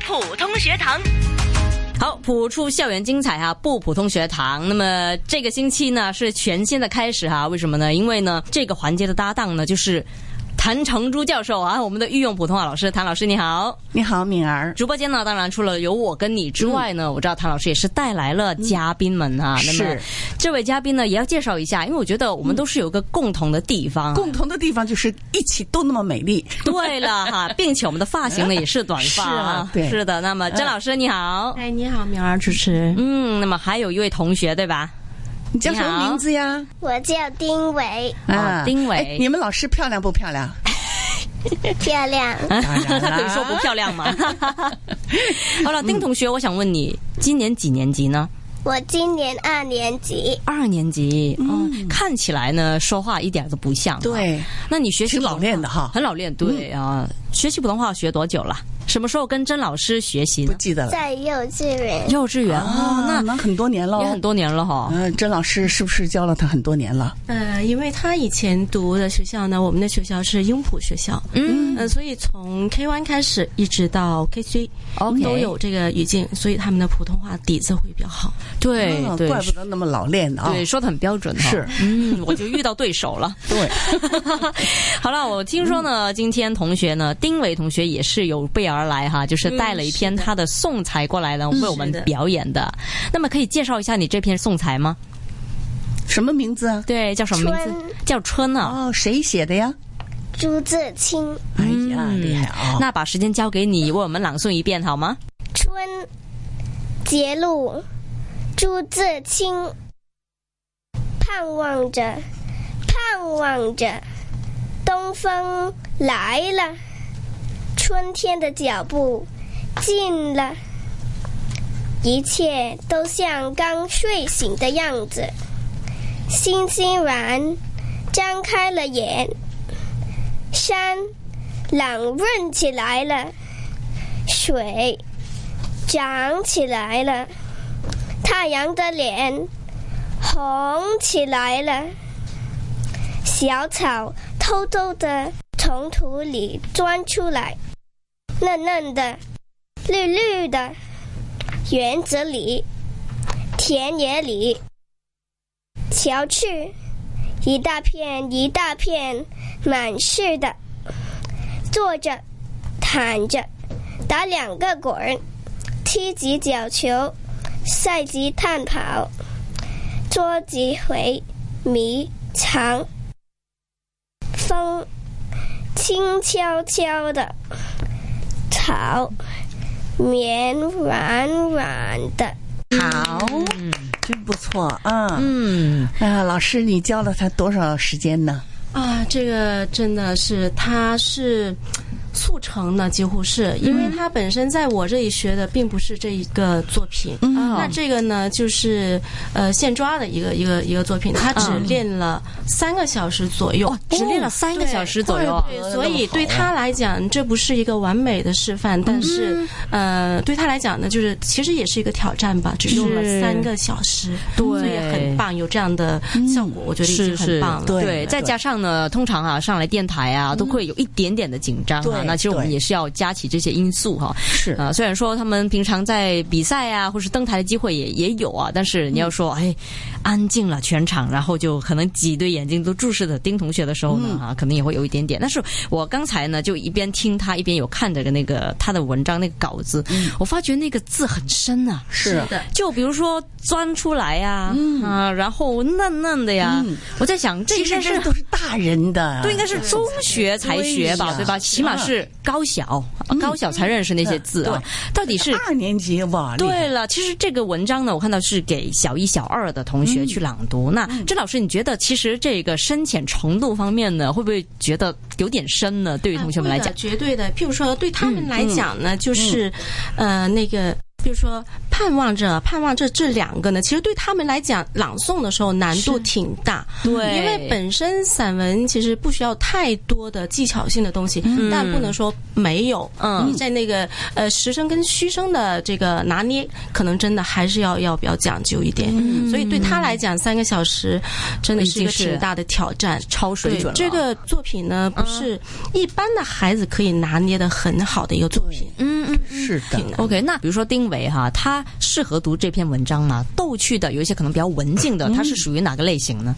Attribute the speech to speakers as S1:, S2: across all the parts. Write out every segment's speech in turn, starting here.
S1: 普通学堂。
S2: 好，普出校园精彩哈、啊不普通学堂。那么这个星期呢是全新的开始哈、啊为什么呢？因为呢这个环节的搭档呢就是谭成珠教授啊，我们的御用普通话老师谭老师你好。
S3: 你好，敏儿。
S2: 直播间呢，当然除了有我跟你之外呢，我知道谭老师也是带来了嘉宾们哈、那么
S3: 是
S2: 这位嘉宾呢，也要介绍一下，因为我觉得我们都是有一个共同的地方。
S3: 共同的地方就是一起都那么美丽。
S2: 对了哈，并且我们的发型呢也是短发啊，
S3: 是啊对
S2: 是的。那么甄老师你好，
S1: 哎，你好，苗儿主持。
S2: 嗯，那么还有一位同学对吧？
S3: 你叫什
S2: 你
S3: 么
S2: 好
S3: 名字呀？
S4: 我叫丁伟，
S2: 哦丁伟
S3: 哎你们老师漂亮不漂亮？
S4: 漂亮。
S3: 当然
S2: 他可以说不漂 亮吗？好了，丁同
S3: 嗯
S2: 学，我想问你，今年几年级呢？
S4: 我今年二年级，
S2: 二年级。嗯，看起来呢，说话一点都不像。，
S3: 哦
S2: 啊
S3: 对，
S2: 那你学习
S3: 挺老练嗯的哈
S2: 很老练。对啊，学习普通话学多久了？什么时候跟甄老师学习
S3: 不
S2: 呢？
S3: 记得了。
S4: 在幼稚园。
S2: 幼稚园哦，
S3: 啊
S2: 那
S3: 那很多年了
S2: 也。很多年了哈。
S3: 嗯，甄老师是不是教了他很多年了？
S5: 呃，因为他以前读的学校呢，我们的学校是英普学校，
S2: 嗯
S5: 呃，所以从 K one 开始一直到 K C
S2: ，OK，
S5: 都有这个语境，所以他们的普通话底子会比较好。
S2: 对
S3: 啊
S2: 对
S3: 怪不得那么老练呢啊。
S2: 对，说的很标准哈。
S3: 是，
S2: 嗯，我就遇到对手了。
S3: 对，
S2: 好了，我听说呢，今天同学呢，丁伟同学也是有备而来哈，就是带了一篇他的送材过来呢，为我们表演嗯的。那么可以介绍一下你这篇送材吗？
S3: 什么名字啊？
S2: 对，叫什么名字
S4: 春？
S2: 叫春啊。
S3: 哦，谁写的呀？
S4: 朱自清，
S3: 哎呀，
S2: 嗯
S3: 厉害啊！
S2: 那把时间交给你，为我们朗诵一遍好吗？
S4: 春节录，朱自清。盼望着，盼望着，东风来了，春天的脚步近了，一切都像刚睡醒的样子。欣欣然张开了眼，山朗润起来了，水长起来了，太阳的脸红起来了，小草偷偷的从土里钻出来，嫩嫩的，绿绿的，园子里，田野里，瞧去，一大片一大片满是的，坐着，躺着，打两个滚儿。踢几脚球，赛级探跑，捉几回迷藏。风轻悄悄的，草绵软软的。
S3: 好，真不错啊！
S2: 嗯，
S3: 啊，老师，你教了他多少时间呢？
S5: 啊，这个真的是，他是速成的，几乎是，因为他本身在我这里学的并不是这一个作品，啊那这个呢就是呃现抓的一个一个一个作品，他只练了三个小时左右，
S2: 只练了三个小时左右啊。
S5: 对，所以对他来讲，这不是一个完美的示范，但是，
S2: 嗯
S5: 呃，对他来讲呢，就是其实也是一个挑战吧，只用了
S2: 是
S5: 三个小时，
S2: 对嗯
S5: 所以很棒，有这样的效果，我觉得已
S2: 是
S5: 经
S2: 是
S5: 很棒了。
S3: 对
S2: 再加上呢，通常啊上来电台啊都会有一点点的紧张啊
S3: 对，
S2: 那其实我们
S3: 对
S2: 也是要加起这些因素哈、
S3: 是
S2: 啊，虽然说他们平常在比赛啊，或是登台的机会也也有啊，但是你要说、哎，安静了全场，然后就可能几对眼睛都注视着丁同学的时候呢，
S3: 嗯
S2: 啊，可能也会有一点点。但是我刚才呢，就一边听他，一边有看着那个他的文章那个稿子，
S3: 嗯
S2: 我发觉那个字很深啊。
S3: 是
S5: 的
S2: 就比如说钻出来呀、啊，然后嫩嫩的呀，我在想这
S3: 嗯其
S2: 应
S3: 实
S2: 该是
S3: 这都是大人的，
S2: 都应该是中学才学吧，
S3: 对呀啊嗯
S2: 对吧？起码是高小，高小才认识那些字啊。到底 是
S3: 二年级哇，厉害
S2: 对了，其实这个文章呢，我看到是给小一、小二的同学去朗读。那甄老师，你觉得其实这个深浅程度方面呢，会不会觉得有点深呢？对于
S5: 啊
S2: 同学们
S5: 会
S2: 来
S5: 的
S2: 讲，嗯
S5: 呃绝对的。譬如说，对他们来讲呢，就是、呃，那个，比如说“盼望着盼望着这两个呢，其实对他们来讲，朗诵的时候难度挺大，
S2: 嗯对，
S5: 因为本身散文其实不需要太多的技巧性的东西，但不能说没有。
S2: 嗯
S5: 你在那个呃实声跟虚声的这个拿捏，可能真的还是要要比较讲究一点。
S2: 嗯
S5: 所以对他来讲，三个小时真的是一个
S2: 已经是
S5: 挺大的挑战。
S2: 超水准了。嗯
S5: 对这个作品呢，不是一般的孩子可以拿捏的很好的一个作品。
S2: 嗯嗯
S3: 是的，
S2: ，OK，那比如说丁伟哈，他适合读这篇文章吗？逗趣的，有一些可能比较文静的，他是属于哪个类型呢？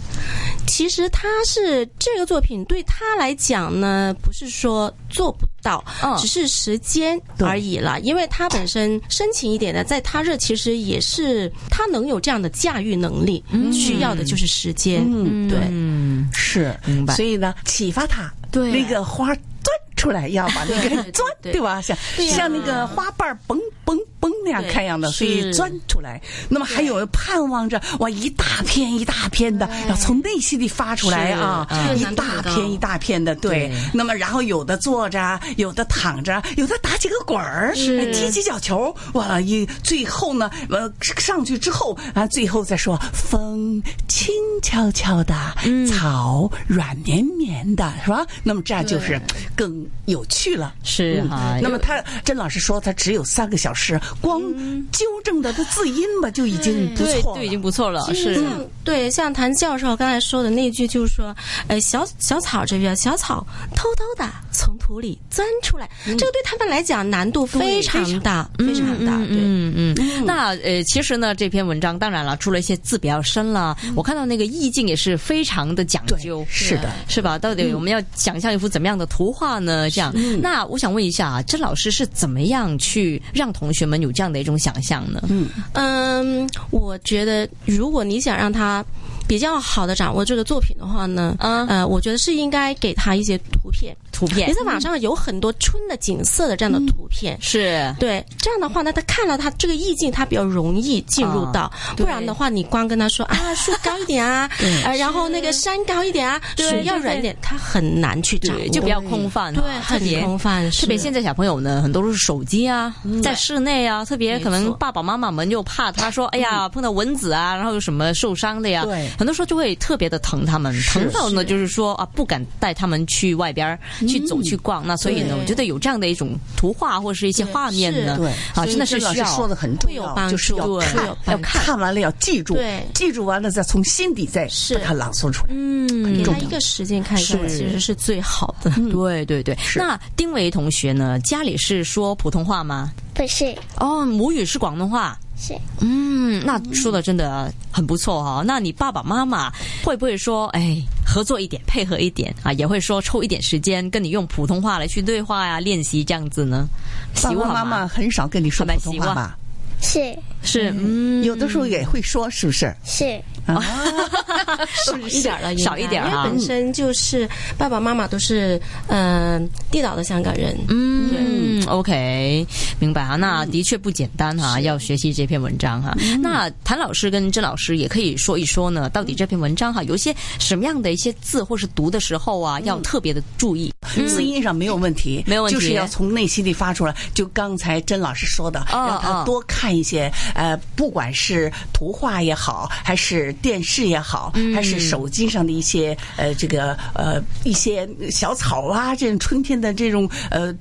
S5: 其实他是这个作品对他来讲呢，不是说做不到，
S2: 嗯
S5: 只是时间而已了。因为他本身深情一点的，在他这其实也是他能有这样的驾驭能力，需要的就是时间。嗯，对。
S2: 嗯，
S3: 是，
S2: 明白
S3: 所以呢，启发他，
S2: 对
S3: 那个花钻出来，要 把那
S5: 对
S3: 个
S5: 对
S3: 钻，
S5: 对
S3: 对吧？像
S5: 对呀
S3: 像那个花瓣儿嘣嘣嘣那样
S5: 对
S3: 看样的，所以
S5: 是
S3: 钻出来。那么还有盼望着哇，一大片一大片的，要从内心里发出来啊
S5: 是这，个
S3: 一
S5: 难度
S3: 大
S5: 很高
S3: 片一大片的，对
S2: 对。
S3: 那么然后有的坐着，有的躺着，有的打几个滚儿，
S5: 是
S3: 踢几脚球，哇！一最后呢，呃，上去之后啊，最后再说风轻悄悄的，草软绵绵的，是吧？那么这样就是更有趣了。
S2: 嗯
S3: 嗯
S2: 是哈。
S3: 那么他甄老师说，他只有三个小时，光纠正他的字音吧，就已经不
S2: 嗯对，
S3: 错
S2: 就已
S3: 了。
S2: 经不错了，
S5: 其实
S2: 是
S5: 像对像谭教授刚才说的那句，就是说，呃，小小草这边，小草偷偷的从土里钻出来，这个对他们来讲难度非常大，非常大。对，
S2: 嗯嗯，嗯那呃，其实呢，这篇文章当然了，除了一些字比较深了，我看到那个意境也是非常的讲究
S3: 对，，是的，
S2: 是吧？到底我们要想象一幅怎么样的图画呢？这样，那我想问一下，甄老师是怎么样去让同学们有这样的一种想象呢？嗯
S5: 嗯，我觉得如果你想让他。比较好的掌握这个作品的话呢，
S2: 嗯
S5: 呃，我觉得是应该给他一些图片。
S2: 图片
S5: 你在网上有很多春的景色的这样的图片，
S2: 嗯是
S5: 对，这样的话呢，他看了他这个意境，他比较容易进入到。
S2: 啊
S5: 不然的话，你光跟他说啊，树高一点 啊，呃，然后那个山高一点啊，
S2: 对
S5: 树要软一点，他很难去掌握，
S2: 对，就比较空泛啊，
S5: 对，
S2: 特别
S5: 很空泛，
S2: 特别现
S5: 在
S2: 在小朋友呢，很多都是手机啊，在室内啊，特别
S5: 没错
S2: 可能爸爸妈妈们又怕他说，哎呀，碰到蚊子啊，然后有什么受伤的呀，
S3: 对
S2: 很多时候就会特别的疼他们，疼到呢就是说啊，不敢带他们去外边儿去走去逛。那所以呢，
S5: 对
S2: 我觉得有这样的一种图画或是一些
S5: 对
S2: 画面呢
S5: 是，
S2: 啊，真的
S3: 所
S2: 是
S3: 以甄老
S2: 需
S3: 师
S2: 要
S3: 说的很重
S5: 会有
S3: 要，
S5: 帮
S3: 就是
S5: 助
S3: 要
S5: 对
S3: 看
S5: 会有，
S3: 要
S5: 帮助
S3: 看完了要记住
S5: 对，
S3: 记住完了再从心底再
S5: 是
S3: 把它朗诵出来。
S5: 给
S2: 嗯
S5: 他一个时间看一看，
S2: 是
S5: 其实是最好的。
S2: 嗯对对对，那丁维同学呢？家里是说普通话吗？
S4: 不是，
S2: 哦，母语是广东话。
S4: 是
S2: 嗯，那说的真的很不错哈、那你爸爸妈妈会不会说，哎，合作一点，配合一点啊？也会说抽一点时间跟你用普通话来去对话呀、练习这样子呢？
S3: 爸
S2: 喜欢
S3: 爸妈妈
S2: 吗
S3: 很少跟你说
S2: 还蛮
S3: 普通
S2: 习
S3: 话
S2: 惯
S3: 吧？
S4: 是
S2: 是嗯，
S3: 有的时候也会说，是不是？
S4: 是
S3: 啊，
S5: 少一点了，应该
S2: 少一点啊
S5: 因
S3: 嗯
S5: 为本身就是爸爸妈妈都是嗯、呃地道的香港人，
S2: 嗯，OK，明白啊，那
S3: 嗯
S2: 的确不简单哈、要学习这篇文章哈、那谭老师跟甄老师也可以说一说呢，到底这篇文章哈、有一些什么样的一些字，或是读的时候啊，
S3: 嗯
S2: 要特别的注意。
S3: 字音上没有问题，
S2: 没有问题
S3: 就是要从内心里发出来。就刚才甄老师说的，
S2: 哦
S3: 让他
S2: 哦
S3: 多看一些，呃，不管是图画也好，还是电视也好，
S2: 嗯
S3: 还是手机上的一些，呃，这个呃一些小草啊，这种春天的这种呃。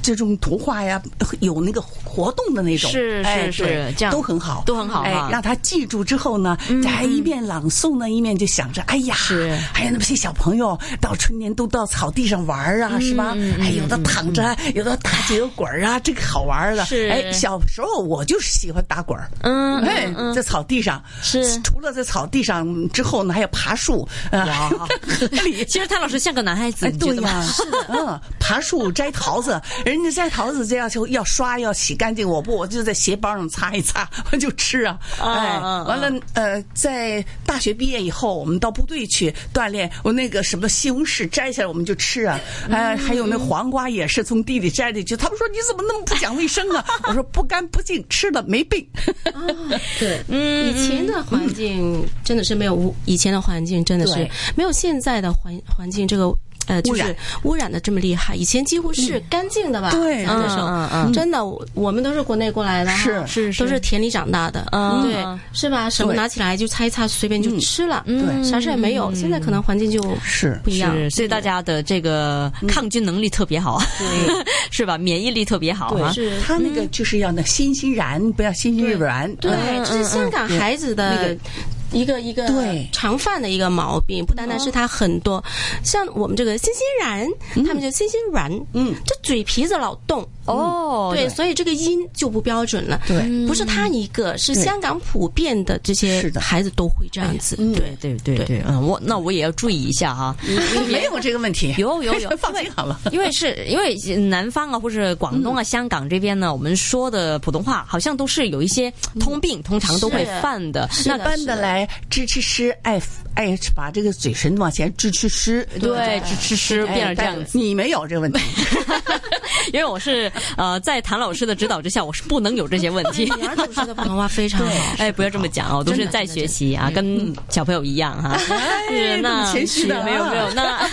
S3: 这种图画呀，有那个活动的那种，
S2: 是
S3: 哎
S2: 是是
S3: 对
S2: 这样
S3: 都很好，
S2: 都很好
S3: 哎
S2: 哈，嗯
S3: 让他记住之后呢，再还一面朗诵呢，一面就想着，哎呀，
S2: 是
S3: 哎呀，那么些小朋友到春天都到草地上玩儿啊，
S2: 嗯
S3: 是吧？哎，有的躺着，有的打几个滚 儿啊，这个好玩儿了。
S2: 是
S3: 哎，小时候我就是喜欢打滚儿。
S2: 嗯
S3: 哎，在草地上
S2: 是
S3: 除了在草地上之后呢，还要爬树啊，还有河里
S2: 其实谭老师像个男孩子，
S3: 哎，
S2: 你觉
S3: 对
S2: 得吗？
S3: 呀，是 的，嗯，爬树摘桃子，人家摘桃子这样就要刷要洗干净，我不，我就在鞋帮上擦一擦，我就吃啊，
S2: 啊
S3: 哎
S2: 啊，
S3: 完了，呃，在大学毕业以后，我们到部队去锻炼，我那个什么西红柿摘下来我们就吃啊，哎，还有
S5: 嗯
S3: 那黄瓜也是从地里摘的，就他们说你怎么那么不讲卫生啊？ 我说不干不净，吃了没病。
S5: 对，嗯，以前的环境真的是没有，以前的环境真的是
S3: 对
S5: 没有现在的环环境这个呃就
S3: 污
S5: 是
S3: 染
S5: 污染的这么厉害。以前几乎是干净的吧？
S3: 对
S5: 咱那时
S2: 嗯嗯嗯
S5: 候真的，我我们都是国内过来的哈，
S3: 是
S2: 是是
S5: 都是田里长大的，
S2: 嗯
S5: 对
S2: 嗯，
S5: 是吧？什么
S3: 对
S5: 拿起来就擦一擦，随便就吃了，
S3: 对
S5: 啥事也没有。现在可能环境就是不一样，
S2: 嗯是，所以大家的这个抗菌能力特别好，啊 是吧？免疫力特别好啊。
S5: 是
S3: 他那个就是要那欣欣然，不要欣欣然。
S5: 嗯对
S3: 嗯，
S5: 这是香港孩子的一个一个
S3: 对哦
S5: 常犯的一个毛病，不单单是他很多，像我们这个欣欣然，他们就欣欣然，
S3: 嗯，
S5: 这嘴皮子老动。
S2: 哦
S5: 对，所以这个音就不标准了。
S3: 对，嗯
S5: 不是他一个，是
S3: 对
S5: 香港普遍的这些
S3: 是的嗯
S5: 孩子都会这样子。对
S2: 对对对对，嗯，我那我也要注意一下哈，
S3: 没有这个问题，
S2: 有有 有
S3: 放心好了。
S2: 因为是因为南方啊，或者广东啊、香港这边呢，我们说的普通话好像都是有一些通病，通常都会犯的。
S5: 是
S3: 那
S5: 的
S3: 搬
S5: 是
S3: 的
S5: 的
S3: 来，支吃吃，爱爱把这个嘴唇往前支吃吃，
S2: 对，吃吃吃
S3: 哎
S2: 变成这样子，
S3: 但你没有这个问题，
S2: 因为我是呃，在谭老师的指导之下，我是不能有这些问题。
S5: 女儿读书的普通话非常好。
S2: 哎，不要这么讲哦，都是在学习啊，跟小朋友一样哈。
S5: 哎
S2: 是
S3: 这
S2: 哎那
S3: 么谦虚的啊
S2: 没有没有，那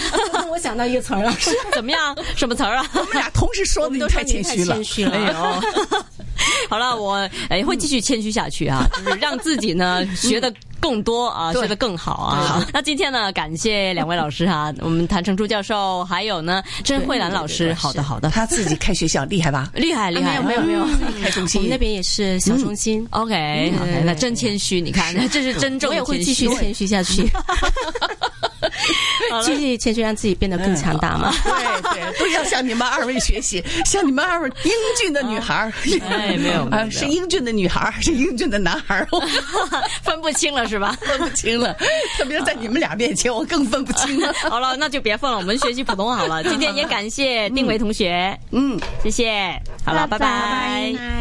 S5: 我想到一个词儿啊，
S2: 怎么样？什么词 儿啊？哎
S3: 我们俩同时说的，你太谦虚了
S5: 谦。 虚了。
S2: 呦，好了，我哎会继续谦虚下去 啊，就是让自己呢学的更多啊，学的更好啊。那今天呢，感谢两位老师哈，我们谭成珠教授，还有呢甄慧兰老师。好的，好的，
S3: 他自己开学校厉 害吧？嗯
S2: 厉害厉害，
S5: 啊
S2: 啊
S5: 没有没有没有，
S3: 开中
S5: 我
S3: 心
S5: 们那边也是小中心，
S2: OK，
S5: 嗯
S2: OK，那真谦虚，你看，这是真正
S3: 哦
S5: 我
S2: 的
S5: 也会
S2: 谦
S5: 继
S2: 虚
S5: 续。谦虚 下去，继续谦虚，让自己变得
S3: 嗯
S5: 更强大嘛。
S3: 对对，都要向你们二位学习，向你们二位英俊的女孩儿。
S2: 哎没有没有
S3: 啊，是英俊的女孩儿，是英俊的男孩儿，我
S2: 分不清了是吧？
S3: 分不清了。特别是在你们俩面前，我更分不清了。
S2: 好了，那就别分了，我们学习普通话好了。今天也感谢丁维同学，
S3: 嗯。
S2: 谢谢。好了，拜
S4: 拜拜